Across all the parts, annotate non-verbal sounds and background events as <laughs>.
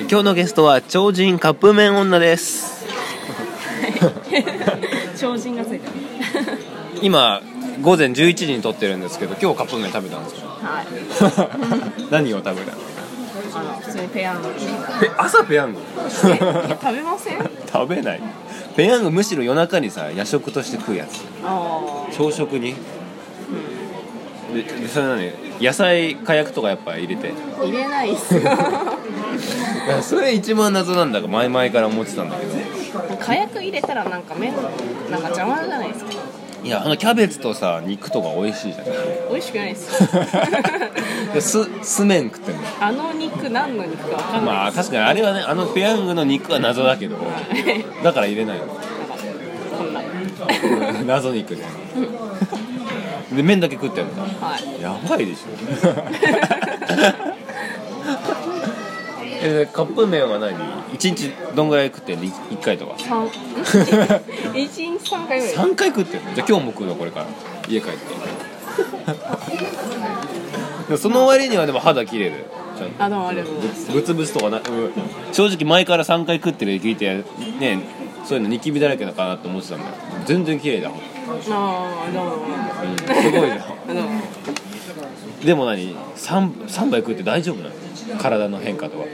今日のゲストは超人カップ麺女です超人がついてる。今午前11時に撮ってるんですけど今日カップ麺食べたんです <laughs> かはい。何を食べたのあの普通にペヤング。え朝ペヤング食べません？あ <laughs> 食べないペヤングむしろ夜中にさ夜食として食うやつあ。朝食にででそれなのに野菜火薬とかやっぱ入れて入れないっす。いやそれ一番謎なんだが前々から思ってたんだけど火薬入れたらなんか麺なんか邪魔じゃないですか。いやあのキャベツとさ肉とか美味しい <laughs> じゃんい美味しくないっす。やす酢麺食ってんのあの肉何の肉かわかんない。まあ確かにあれはねあのペヤングの肉は謎だけどはいだから入れないのこんな。謎肉でで麺だけ食ってんのはい。やばいでしょえカップ麺は何一日どんぐらい食ってんのい一回とか三。ん一日三回ぐらい。三回食ってんのじゃあ今日も食うのこれから家帰ってでもその割にはでも肌綺麗でちゃんとあどうもありがとうございます。ぶつぶつとかな、うん正直前から3回食ってる聞いてねそういうのニキビだらけだかなと思ってたんだよ全然綺麗だもん、ああどうも。すごいなあのでも何 3, 3杯食って大丈夫なの体の変化とは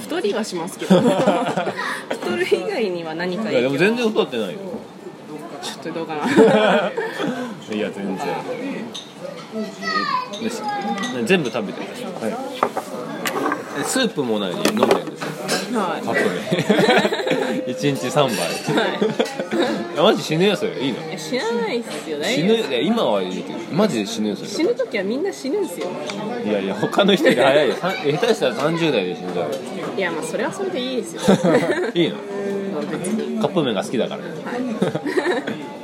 太りはしますけど太る以外には何かいやでも影響が全然太ってないよ <laughs> ちょっとどうかないや全然えよし全部食べてるでしょ、えスープも何飲んでるんですよはいカップ <laughs> で1日3杯いやマジ死ぬよそれいいのいや死なないっすよ大死丈ぬ夫いや今はいいけどマジで死ぬよそれ死ぬ時はみんな死ぬんすよいやいや他の人より早いよさん下手したら30代で死んじゃうよいやまあそれはそれでいい <laughs> ですよいいの別にカップ麺が好きだから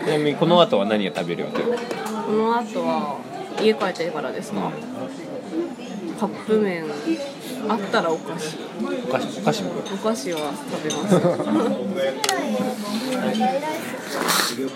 ちなみにこの後は何を食べるよってこの後は家帰ってからですか、カップ麺あったらお菓子お菓子お菓子もお菓子は食べますよ